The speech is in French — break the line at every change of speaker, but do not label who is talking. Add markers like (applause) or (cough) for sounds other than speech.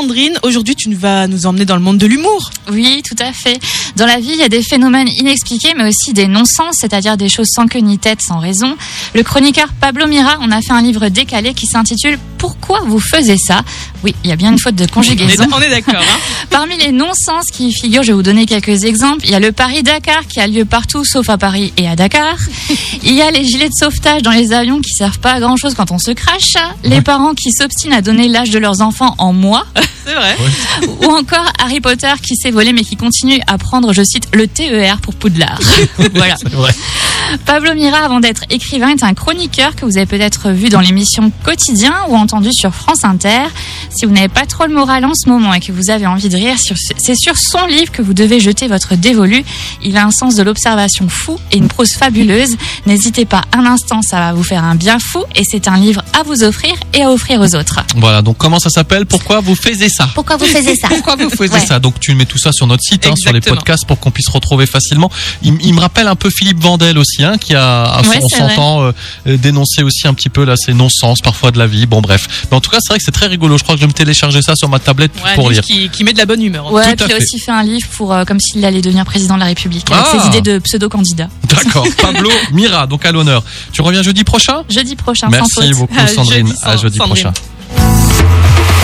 Sandrine, aujourd'hui tu vas nous emmener dans le monde de l'humour.
Oui, tout à fait. Dans la vie, il y a des phénomènes inexpliqués, mais aussi des non-sens, c'est-à-dire des choses sans queue ni tête, sans raison. Le chroniqueur Pablo Mira en a fait un livre décalé qui s'intitule Pourquoi vous faisiez ça Oui, il y a bien une faute de conjugaison.
On est, on est d'accord. hein.
Parmi les non-sens qui y figurent, je vais vous donner quelques exemples. Il y a le Paris-Dakar qui a lieu partout sauf à Paris et à Dakar. Il y a les gilets de sauvetage dans les avions qui servent pas à grand chose quand on se crache. Les parents qui s'obstinent à donner l'âge de leurs enfants en mois.
C'est vrai.
Ou encore Harry Potter qui s'est volé mais qui continue à prendre, je cite, le TER pour
(laughs)
Poudlard. voilà.
C'est vrai.
Pablo Mira, avant d'être écrivain, est un chroniqueur que vous avez peut-être vu dans l'émission Quotidien ou entendu sur France Inter. Si vous n'avez pas trop le moral en ce moment et que vous avez envie de rire, sur ce- c'est sur son livre que vous devez jeter votre dévolu. Il a un sens de l'observation fou et une prose fabuleuse. N'hésitez pas un instant, ça va vous faire un bien fou et c'est un livre à vous offrir et à offrir aux autres.
Voilà, donc comment ça s'appelle Pourquoi vous faisiez ça
Pourquoi vous faisiez ça
Pourquoi vous faisiez
Ouais.
ça Donc tu mets tout ça sur notre site, hein, sur les
Exactement.
podcasts pour qu'on puisse retrouver facilement. Il, il me rappelle un peu Philippe Vandel aussi, hein, qui a, à
Ouais,
on
c'est vrai.
s'entend euh, euh, dénoncer aussi un petit peu là ces non-sens parfois de la vie. Bon bref, mais en tout cas c'est vrai que c'est très rigolo. Je crois que je vais me télécharger ça sur ma tablette
Ouais,
pour
un
lire.
(laughs)
livre Qui, qui met de la bonne humeur. en
Ouais,
Tout
puis
à
il a
fait.
aussi fait un livre pour euh, comme s'il allait devenir président de la République avec
Ah.
ses idées de pseudo-candidat.
D'accord. Pablo Mira, donc à l'honneur. Tu reviens jeudi prochain
Jeudi prochain, sans faute.
Merci beaucoup
À
Sandrine.
jeudi,
à jeudi
Sandrine.
prochain.